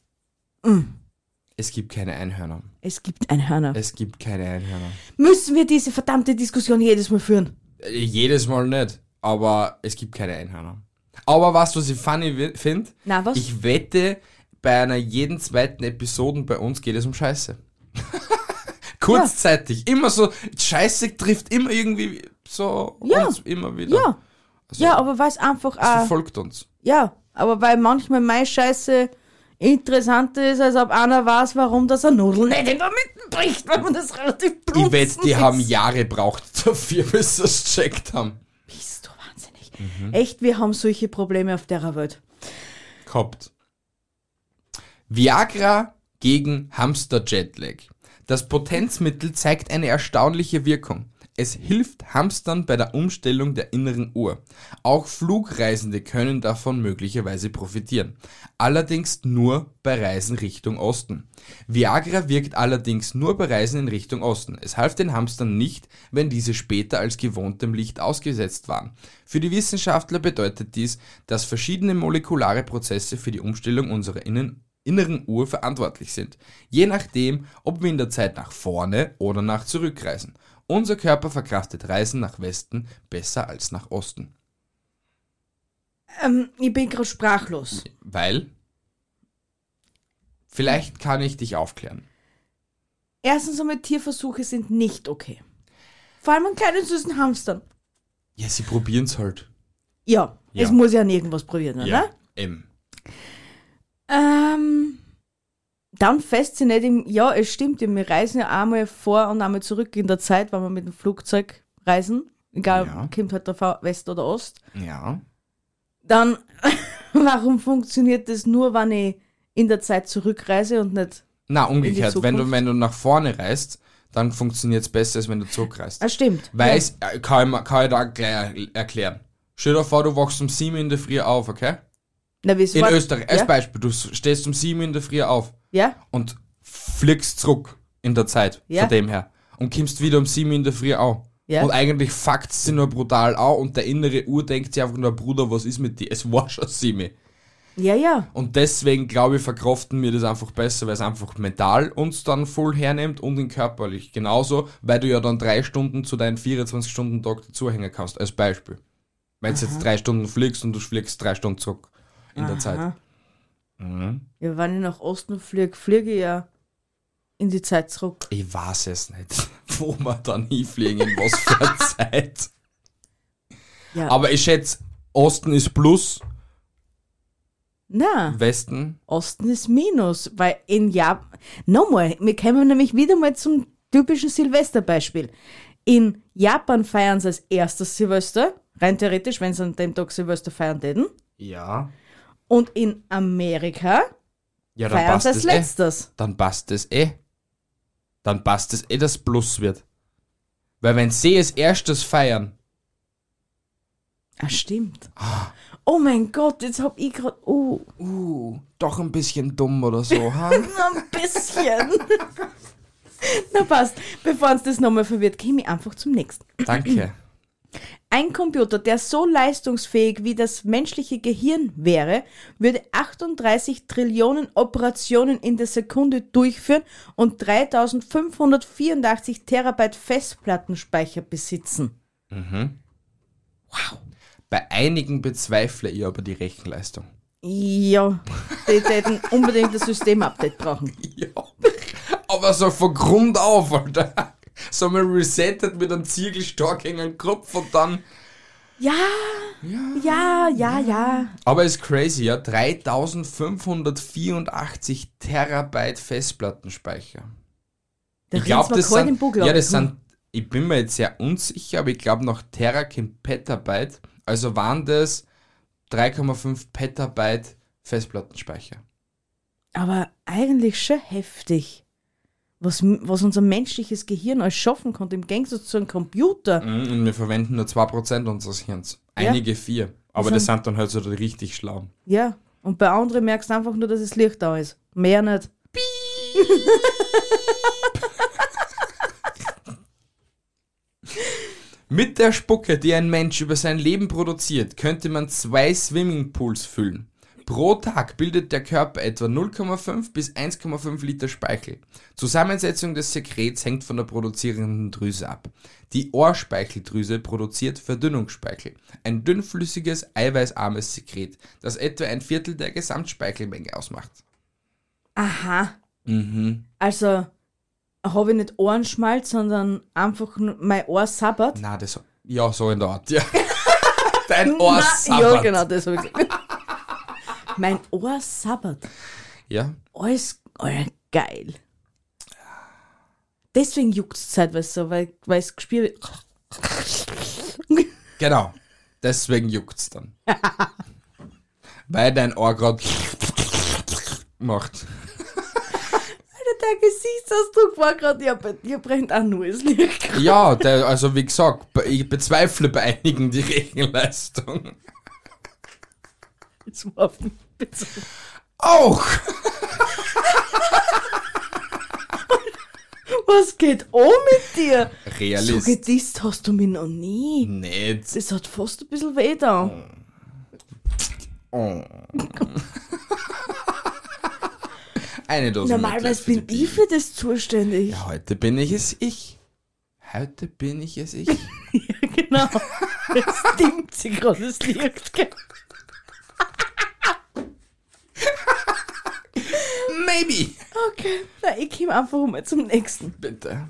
S3: Es gibt keine Einhörner.
S4: Es gibt Einhörner.
S3: Es gibt keine Einhörner.
S4: Müssen wir diese verdammte Diskussion jedes Mal führen?
S3: Äh, Jedes Mal nicht, aber es gibt keine Einhörner. Aber was, was ich funny finde,
S4: Na, was?
S3: ich wette, bei einer jeden zweiten Episode bei uns geht es um Scheiße. Kurzzeitig. Immer so, Scheiße trifft immer irgendwie so
S4: Ja.
S3: uns immer wieder.
S4: Ja. ja, aber weiß einfach.
S3: Es
S4: auch-
S3: verfolgt uns.
S4: Ja, Aber weil manchmal meine Scheiße interessanter ist, als ob einer weiß, warum das eine Nudel nicht in der Mitte bricht, weil man das relativ blutzen
S3: Ich wette, die
S4: ist.
S3: haben Jahre braucht dafür, bis sie es gecheckt haben.
S4: Bist du wahnsinnig. Echt, wir haben solche Probleme auf der Welt.
S3: Gehabt. Viagra gegen Hamster-Jetlag. Das Potenzmittel zeigt eine erstaunliche Wirkung. Es hilft Hamstern bei der Umstellung der inneren Uhr. Auch Flugreisende können davon möglicherweise profitieren. Allerdings nur bei Reisen Richtung Osten. Viagra wirkt allerdings nur bei Reisen in Richtung Osten. Es half den Hamstern nicht, wenn diese später als gewohntem Licht ausgesetzt waren. Für die Wissenschaftler bedeutet dies, dass verschiedene molekulare Prozesse für die Umstellung unserer Innen inneren Uhr verantwortlich sind, je nachdem, ob wir in der Zeit nach vorne oder nach zurück reisen. Unser Körper verkraftet Reisen nach Westen besser als nach Osten.
S4: Ähm, ich bin gerade sprachlos.
S3: Weil? Vielleicht kann ich dich aufklären.
S4: Erstens einmal, Tierversuche sind nicht okay. Vor allem an kleinen süßen Hamstern.
S3: Ja, sie probieren's halt.
S4: Ja,
S3: Ja.
S4: es muss ja an irgendwas probieren, oder?
S3: Ja. M.
S4: Ähm, dann faszinierend, ja, es stimmt, ja, wir reisen ja einmal vor und einmal zurück in der Zeit, wenn wir mit dem Flugzeug reisen. Egal,
S3: Ja.
S4: kommt halt drauf West oder Ost.
S3: Ja.
S4: Dann, warum funktioniert das nur, wenn ich in der Zeit zurückreise und nicht.
S3: Na, umgekehrt. Wenn du,
S4: Zukunft?
S3: wenn du nach vorne reist, dann funktioniert's besser, als wenn du zurückreist.
S4: Ah, stimmt.
S3: Weiß, äh, kann, ich, mir- kann ich da gleich erklären. Stell dir vor, du wachst um 7 in der Früh auf, okay?
S4: Ja. Na, wieso
S3: In
S4: war-
S3: Österreich, als
S4: Ja?
S3: Beispiel, du stehst um 7 in der Früh auf
S4: ja?
S3: und fliegst zurück in der Zeit,
S4: Ja.
S3: von dem her. Und kommst wieder um 7 in der Früh auf.
S4: Ja.
S3: Und eigentlich fuckt sie nur brutal an und der innere Uhr denkt sich einfach nur, Bruder, was ist mit dir? Es war schon 7.
S4: ja, ja.
S3: Und deswegen, glaube ich, verkraften wir das einfach besser, weil es einfach mental uns dann voll hernimmt und in körperlich. Genauso, weil du ja dann drei Stunden zu deinem 24-Stunden-Tag dazuhängen kannst, als Beispiel. Wenn du jetzt drei Stunden fliegst und du fliegst drei Stunden zurück in der Zeit.
S4: Ja, wenn ich nach Osten fliege, fliege ich ja in die Zeit zurück.
S3: Ich weiß es nicht, wo wir dann hinfliegen, in was für eine Zeit.
S4: Ja.
S3: Aber ich schätze, Osten ist Plus,
S4: Na.
S3: Westen.
S4: Osten ist Minus, weil in Japan, nochmal, wir kommen nämlich wieder mal zum typischen Silvesterbeispiel. In Japan feiern sie als erstes Silvester, rein theoretisch, wenn sie an dem Tag Silvester feiern täten.
S3: Ja.
S4: Und in Amerika
S3: Ja, dann
S4: feiern
S3: passt
S4: sie als
S3: es eh.
S4: letztes.
S3: Dann passt es eh. Dann passt es eh, dass Plus wird. Weil wenn sie es erstes feiern,
S4: Ah, stimmt. Oh mein Gott, jetzt hab ich gerade, oh,
S3: uh, doch ein bisschen dumm oder so, ha?
S4: ein bisschen. Na passt, bevor uns das nochmal verwirrt, käme ich einfach zum nächsten.
S3: Danke.
S4: Ein Computer, der so leistungsfähig wie das menschliche Gehirn wäre, würde 38 Trillionen Operationen in der Sekunde durchführen und 3584 Terabyte Festplattenspeicher besitzen.
S3: Bei einigen bezweifle ich aber die Rechenleistung.
S4: Ja, die hätten unbedingt das Systemupdate brauchen.
S3: Ja. Aber so von Grund auf, Alter. So mal resettet mit einem Ziegelstock in den Kopf und dann.
S4: Ja, ja, Ah, ja, ja.
S3: Aber ist crazy, ja. 3584 Terabyte Festplattenspeicher.
S4: Da
S3: ich glaube,
S4: rennt's
S3: das,
S4: mir kalt im
S3: sind,
S4: Buckel
S3: ja,
S4: ab.
S3: das sind, ich bin mir jetzt sehr unsicher, aber ich glaube noch Terra Kim Petabyte, also waren das 3,5 Petabyte Festplattenspeicher.
S4: Aber eigentlich schon heftig. Was, was unser menschliches Gehirn alles schaffen konnte, im Gegensatz zu einem Computer.
S3: Mhm, Und wir verwenden nur 2% unseres Hirns.
S4: Ja.
S3: Einige vier. Aber das sind dann halt so die richtig schlau.
S4: Ja, und bei anderen merkst du einfach nur, dass das Licht da ist. Mehr nicht.
S3: Mit der Spucke, die ein Mensch über sein Leben produziert, könnte man zwei Swimmingpools füllen. Pro Tag bildet der Körper etwa 0,5 bis 1,5 Liter Speichel. Zusammensetzung des Sekrets hängt von der produzierenden Drüse ab. Die Ohrspeicheldrüse produziert Verdünnungsspeichel, ein dünnflüssiges, eiweißarmes Sekret, das etwa ein Viertel der Gesamtspeichelmenge ausmacht.
S4: Aha.
S3: Mhm.
S4: Also habe ich nicht Ohrenschmalz, sondern einfach nur mein Ohr sabbert.
S3: Na, das ja so in der Art, ja. Dein
S4: Na,
S3: Ohr
S4: Ja,
S3: sabbert.
S4: genau, das habe ich gesagt. Mein Ohr sabbert.
S3: Ja?
S4: Alles all geil. Deswegen juckt es zeitweise so, weil es gespielt
S3: Genau. Deswegen juckt's dann. Weil dein Ohr gerade macht.
S4: Der Gesichtsausdruck war gerade, ja, bei dir brennt auch nur das Licht.
S3: Ja, der, also wie gesagt, be- ich bezweifle bei einigen die Regenleistung.
S4: Jetzt war auf mich bezogen.
S3: Auch!
S4: Was geht um mit dir? So
S3: Realist. Hm.
S4: gedisst hast du mich noch nie.
S3: Nicht.
S4: Das hat fast ein bisschen weh
S3: Hm.
S4: da.
S3: Oh. Eine Dose. Mitleid
S4: Normalerweise
S3: für die
S4: bin
S3: Bibi.
S4: ich für das zuständig.
S3: Also Ja, heute bin ich es ich. Heute bin ich es ich.
S4: Genau. Jetzt stimmt sie gerade, das liegt. gell?
S3: Maybe.
S4: Okay. Na, ich komme einfach mal zum nächsten.
S3: Bitte.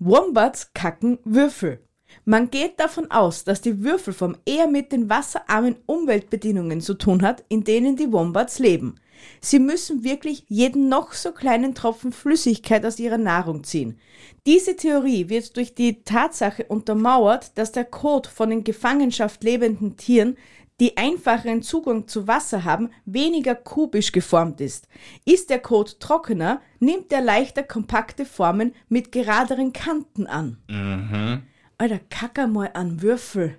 S4: Wombats kacken Würfel. Man geht davon aus, dass die Würfelform eher mit den wasserarmen Umweltbedingungen zu tun hat, in denen die Wombats leben. Sie müssen wirklich jeden noch so kleinen Tropfen Flüssigkeit aus ihrer Nahrung ziehen. Diese Theorie wird durch die Tatsache untermauert, dass der Kot von in Gefangenschaft lebenden Tieren, die einfacheren Zugang zu Wasser haben, weniger kubisch geformt ist. Ist der Kot trockener, nimmt er leichter kompakte Formen mit geraderen Kanten an. Alter, kack einmal an Würfel.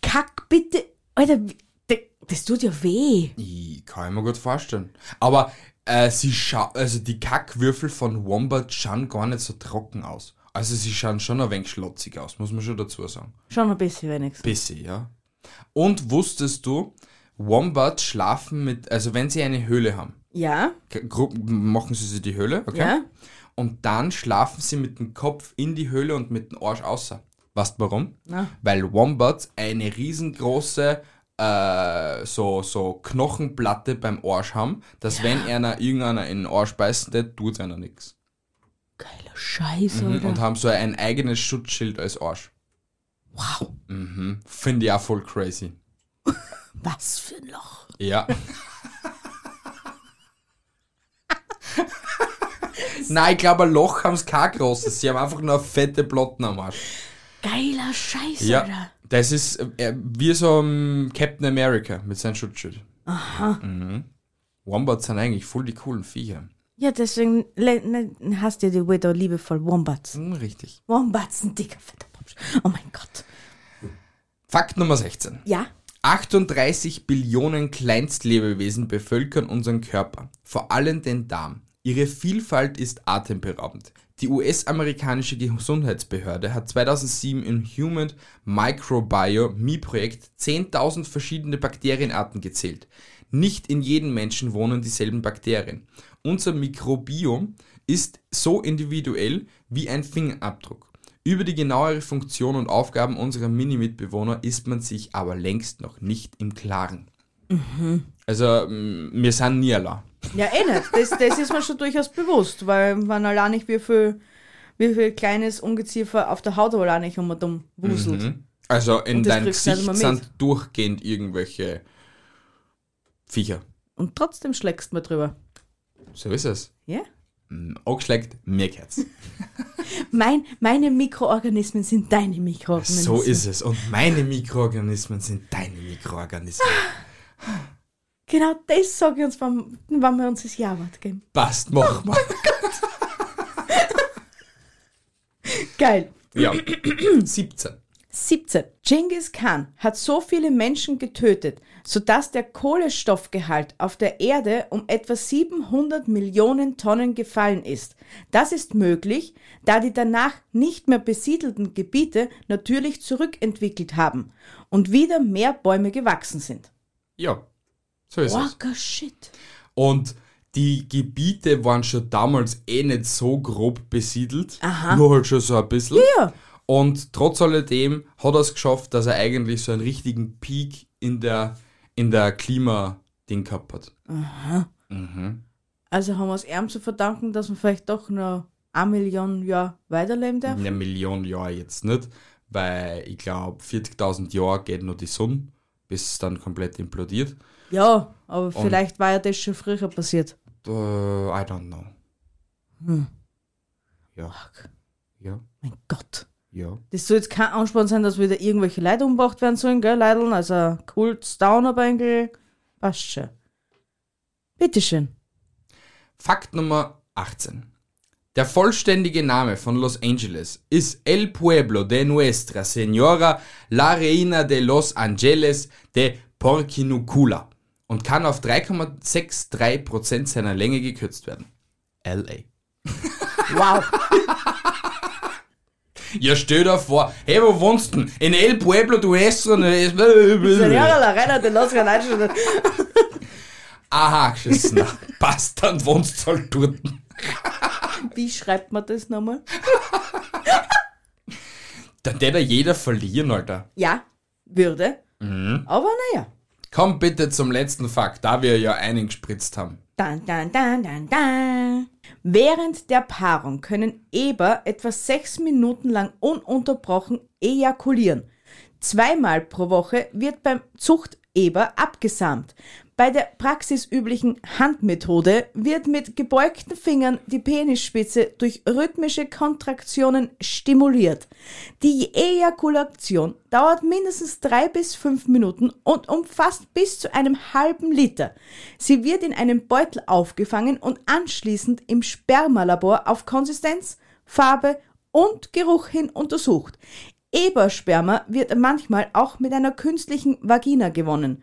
S4: Kack bitte. Alter, wie- de- das tut ja weh.
S3: Ich kann ich mir gut vorstellen. Aber äh, sie scha also die Kackwürfel von Wombat schauen gar nicht so trocken aus. Also sie schauen schon ein wenig schlotzig aus, muss man schon dazu sagen.
S4: Schon ein bisschen wenigstens.
S3: Bisschen, ja. Und wusstest du, Wombats schlafen mit, also wenn sie eine Höhle haben,
S4: Ja,
S3: K- Gru- machen sie sich die Höhle, okay?
S4: Ja.
S3: Und dann schlafen sie mit dem Kopf in die Höhle und mit dem Arsch außer. Weißt du warum?
S4: Na.
S3: Weil Wombats eine riesengroße äh, so, so Knochenplatte beim Arsch haben, dass wenn einer irgendeiner in den Arsch beißt, der tut einer nichts.
S4: geiler Scheiß, Alter.
S3: Mhm, Und haben so ein eigenes Schutzschild als Arsch.
S4: Wow,
S3: Mhm. Finde ich auch voll crazy.
S4: was für ein Loch.
S3: Ja. Nein, ich glaube, ein Loch haben sie kein großes. Sie haben einfach nur eine fette Platten am Arsch.
S4: Geiler Scheiß,
S3: Ja.
S4: Alter.
S3: Das ist äh, wie so ein Captain America mit seinem Schutzschild. Aha. Mhm. Wombats sind eigentlich voll die coolen Viecher.
S4: Ja, deswegen le- ne- hast du die Widow liebevoll Wombats.
S3: Hm, richtig.
S4: Wombats, ein dicker, fetter Popsch. Oh mein Gott.
S3: Fakt Nummer 16.
S4: Ja,
S3: 38 Billionen Kleinstlebewesen bevölkern unseren Körper, vor allem den Darm. Ihre Vielfalt ist atemberaubend. Die US-amerikanische Gesundheitsbehörde hat 2007 im Human Microbiome-Projekt 10.000 verschiedene Bakterienarten gezählt. Nicht in jedem Menschen wohnen dieselben Bakterien. Unser Mikrobiom ist so individuell wie ein Fingerabdruck. Über die genauere Funktion und Aufgaben unserer Mini-Mitbewohner ist man sich aber längst noch nicht im Klaren.
S4: Mhm.
S3: Also, m, wir sind nie allein.
S4: Ja, eh nicht. Das, das ist mir schon durchaus bewusst, weil man allein nicht, wie viel, wie viel kleines Ungeziefer auf der Haut allein nicht immer dumm um wuselt.
S3: Also, in
S4: Und das
S3: deinem
S4: kriegst du nicht
S3: Gesicht
S4: immer mit.
S3: sind durchgehend irgendwelche Viecher.
S4: Und trotzdem schlägst du mir drüber.
S3: So ist es.
S4: Ja?
S3: M, Angeschleckt, mir gehört's.
S4: Mein, meine Mikroorganismen sind deine Mikroorganismen.
S3: So ist es. Und meine Mikroorganismen sind deine Mikroorganismen.
S4: Genau das sage ich uns, wenn, wenn wir uns das Ja-Wort geben.
S3: Passt, mach mal.
S4: Geil.
S3: Ja. 17.
S4: 17. Genghis Khan hat so viele Menschen getötet, sodass der Kohlenstoffgehalt auf der Erde um etwa 700 Millionen Tonnen gefallen ist. Das ist möglich, da die danach nicht mehr besiedelten Gebiete natürlich zurückentwickelt haben und wieder mehr Bäume gewachsen sind.
S3: Ja. So ist es.
S4: Walker shit.
S3: Und die Gebiete waren schon damals eh nicht so grob besiedelt, nur halt schon so ein bisschen.
S4: ja.
S3: Und trotz alledem hat er es geschafft, dass er eigentlich so einen richtigen Peak in der, in der Klima-Ding gehabt hat.
S4: Also haben wir es ihm zu verdanken, dass man vielleicht doch noch eine Million Jahre weiterleben darf.
S3: Eine Million Jahre jetzt nicht, weil ich glaube, 40.000 Jahre geht nur die Sonne, bis es dann komplett implodiert.
S4: Ja, aber vielleicht war ja das schon früher passiert.
S3: Äh, I don't know. Ja,
S4: Fuck.
S3: ja,
S4: Mein Gott.
S3: ja.
S4: Das soll jetzt kein Ansporn sein, dass wieder irgendwelche Leute umgebracht werden sollen, gell, Leideln? Also, Kult, down, aber eigentlich passt schon. Bitteschön.
S3: Fakt Nummer 18. Der vollständige Name von Los Angeles ist El Pueblo de Nuestra Señora La Reina de Los Angeles de Porcinucula und kann auf 3,63% seiner Länge gekürzt werden. LA.
S4: Wow.
S3: Ja, stell dir vor, hey, wo wohnst denn? In El Pueblo de Nuestra.
S4: Senora Lorena de Los Galanes.
S3: Aha, geschissen. Passt, dann wohnst du halt dort.
S4: Wie schreibt man das nochmal?
S3: Dann der da jeder verlieren, Alter.
S4: Ja, würde. Aber naja.
S3: Komm bitte zum letzten Fakt, da wir ja einen gespritzt haben.
S4: Dun, dun, dun, dun, dun. Während der Paarung können Eber etwa sechs Minuten lang ununterbrochen ejakulieren. Zweimal pro Woche wird beim Zuchteber abgesamt. Bei der praxisüblichen Handmethode wird mit gebeugten Fingern die Penisspitze durch rhythmische Kontraktionen stimuliert. Die Ejakulation dauert mindestens drei bis fünf Minuten und umfasst bis zu einem halben Liter. Sie wird in einem Beutel aufgefangen und anschließend im Spermalabor auf Konsistenz, Farbe und Geruch hin untersucht. Ebersperma wird manchmal auch mit einer künstlichen Vagina gewonnen.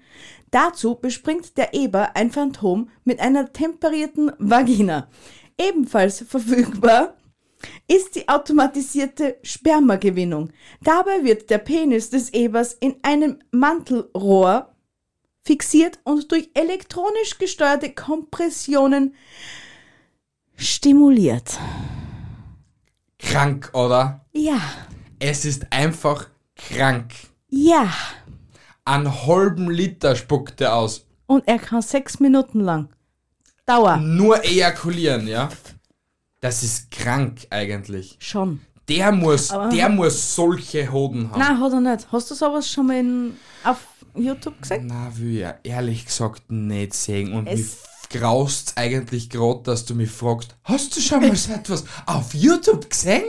S4: Dazu bespringt der Eber ein Phantom mit einer temperierten Vagina. Ebenfalls verfügbar ist die automatisierte Spermagewinnung. Dabei wird der Penis des Ebers in einem Mantelrohr fixiert und durch elektronisch gesteuerte Kompressionen stimuliert.
S3: Krank, oder?
S4: Ja,
S3: Es ist einfach krank.
S4: ja.
S3: Einen halben Liter spuckt er aus.
S4: Und er kann sechs Minuten lang. Dauer.
S3: Nur ejakulieren, ja? Das ist krank eigentlich.
S4: Schon.
S3: Der muss, der muss solche Hoden haben.
S4: Nein, hat er nicht. Hast du sowas schon mal in, auf YouTube gesehen?
S3: Na, will ja ehrlich gesagt nicht sehen. Und
S4: Es-
S3: mich graust eigentlich gerade, dass du mich fragst, hast du schon mal so etwas auf YouTube gesehen?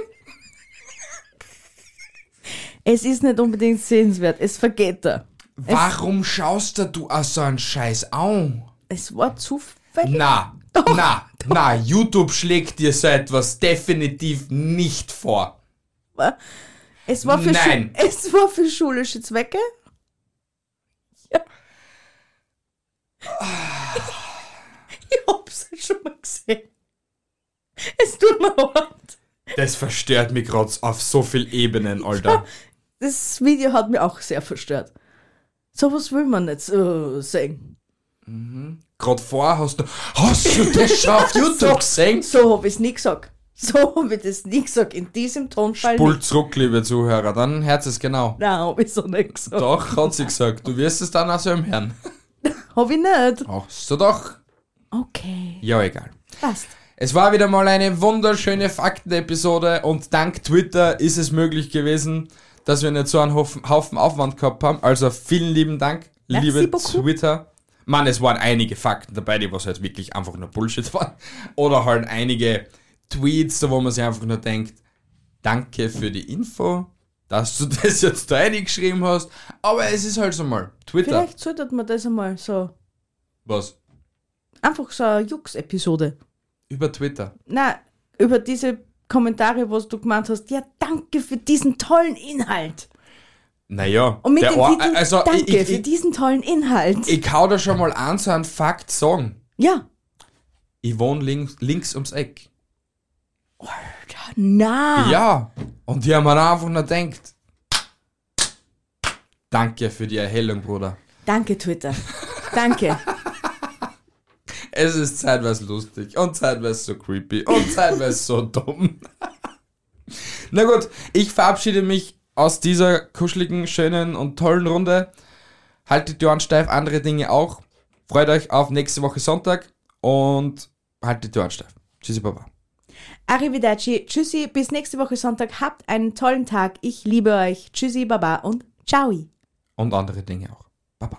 S4: Es ist nicht unbedingt sehenswert. Es vergeht da.
S3: Warum schaust da du auch so einen Scheiß an?
S4: Es war zufällig.
S3: Na, na, na, YouTube schlägt dir so etwas definitiv nicht vor.
S4: Es war für,
S3: Nein.
S4: Schu- es war für schulische Zwecke. Ja.
S3: Ah.
S4: Ich hab's halt schon mal gesehen. Es tut mir leid.
S3: Das verstört mich gerade auf so viel Ebenen, Alter.
S4: Das Video hat mich auch sehr verstört. Sowas will man nicht äh, sehen.
S3: Gerade vorher hast du, hast du das schon auf YouTube gesehen?
S4: So hab ich's nie gesagt. So hab ich das nie gesagt. In diesem Tonfall
S3: Spult
S4: nicht.
S3: zurück, liebe Zuhörer, dann hört es genau.
S4: Nein, hab ich so nicht gesagt.
S3: Doch, hat sie gesagt, du wirst es dann auch so im Herrn.
S4: Hab ich nicht.
S3: Ach so doch.
S4: Okay,
S3: Ja, egal.
S4: passt.
S3: Es war wieder mal eine wunderschöne Faktenepisode und dank Twitter ist es möglich gewesen, dass wir nicht so einen Haufen Haufen Aufwand gehabt haben. Also vielen lieben Dank,
S4: Merci
S3: liebe
S4: beaucoup.
S3: Twitter. Mann, es waren einige Fakten dabei, die was halt wirklich einfach nur Bullshit waren. Oder halt einige Tweets, wo man sich einfach nur denkt, danke für die Info, dass du das jetzt da reingeschrieben hast. Aber es ist halt so mal. Twitter.
S4: Vielleicht sollte man das einmal so.
S3: Was?
S4: Einfach so eine Jux-Episode.
S3: Über Twitter.
S4: Na, über diese Kommentare, was du gemeint hast. Ja, danke für diesen tollen Inhalt.
S3: Naja.
S4: Und mit
S3: der
S4: dem
S3: Or-
S4: Titel
S3: also
S4: Danke
S3: ich, ich,
S4: für
S3: ich,
S4: diesen tollen Inhalt.
S3: Ich hau da schon mal an, so einen Fakt sagen.
S4: ja.
S3: Ich wohne links, links ums Eck.
S4: Na.
S3: Ja. Und die haben mir einfach nur denkt. Danke für die Erhellung, Bruder.
S4: Danke, Twitter. Danke.
S3: Es ist zeitweise lustig und zeitweise so creepy und zeitweise so dumm. Na gut, ich verabschiede mich aus dieser kuscheligen, schönen und tollen Runde. Haltet die Ohren steif, andere Dinge auch. Freut euch auf nächste Woche Sonntag und haltet die Ohren steif. Tschüssi, Baba.
S4: Arrivederci. Tschüssi. Bis nächste Woche Sonntag. Habt einen tollen Tag. Ich liebe euch. Tschüssi, Baba und ciao.
S3: Und andere Dinge auch. Baba.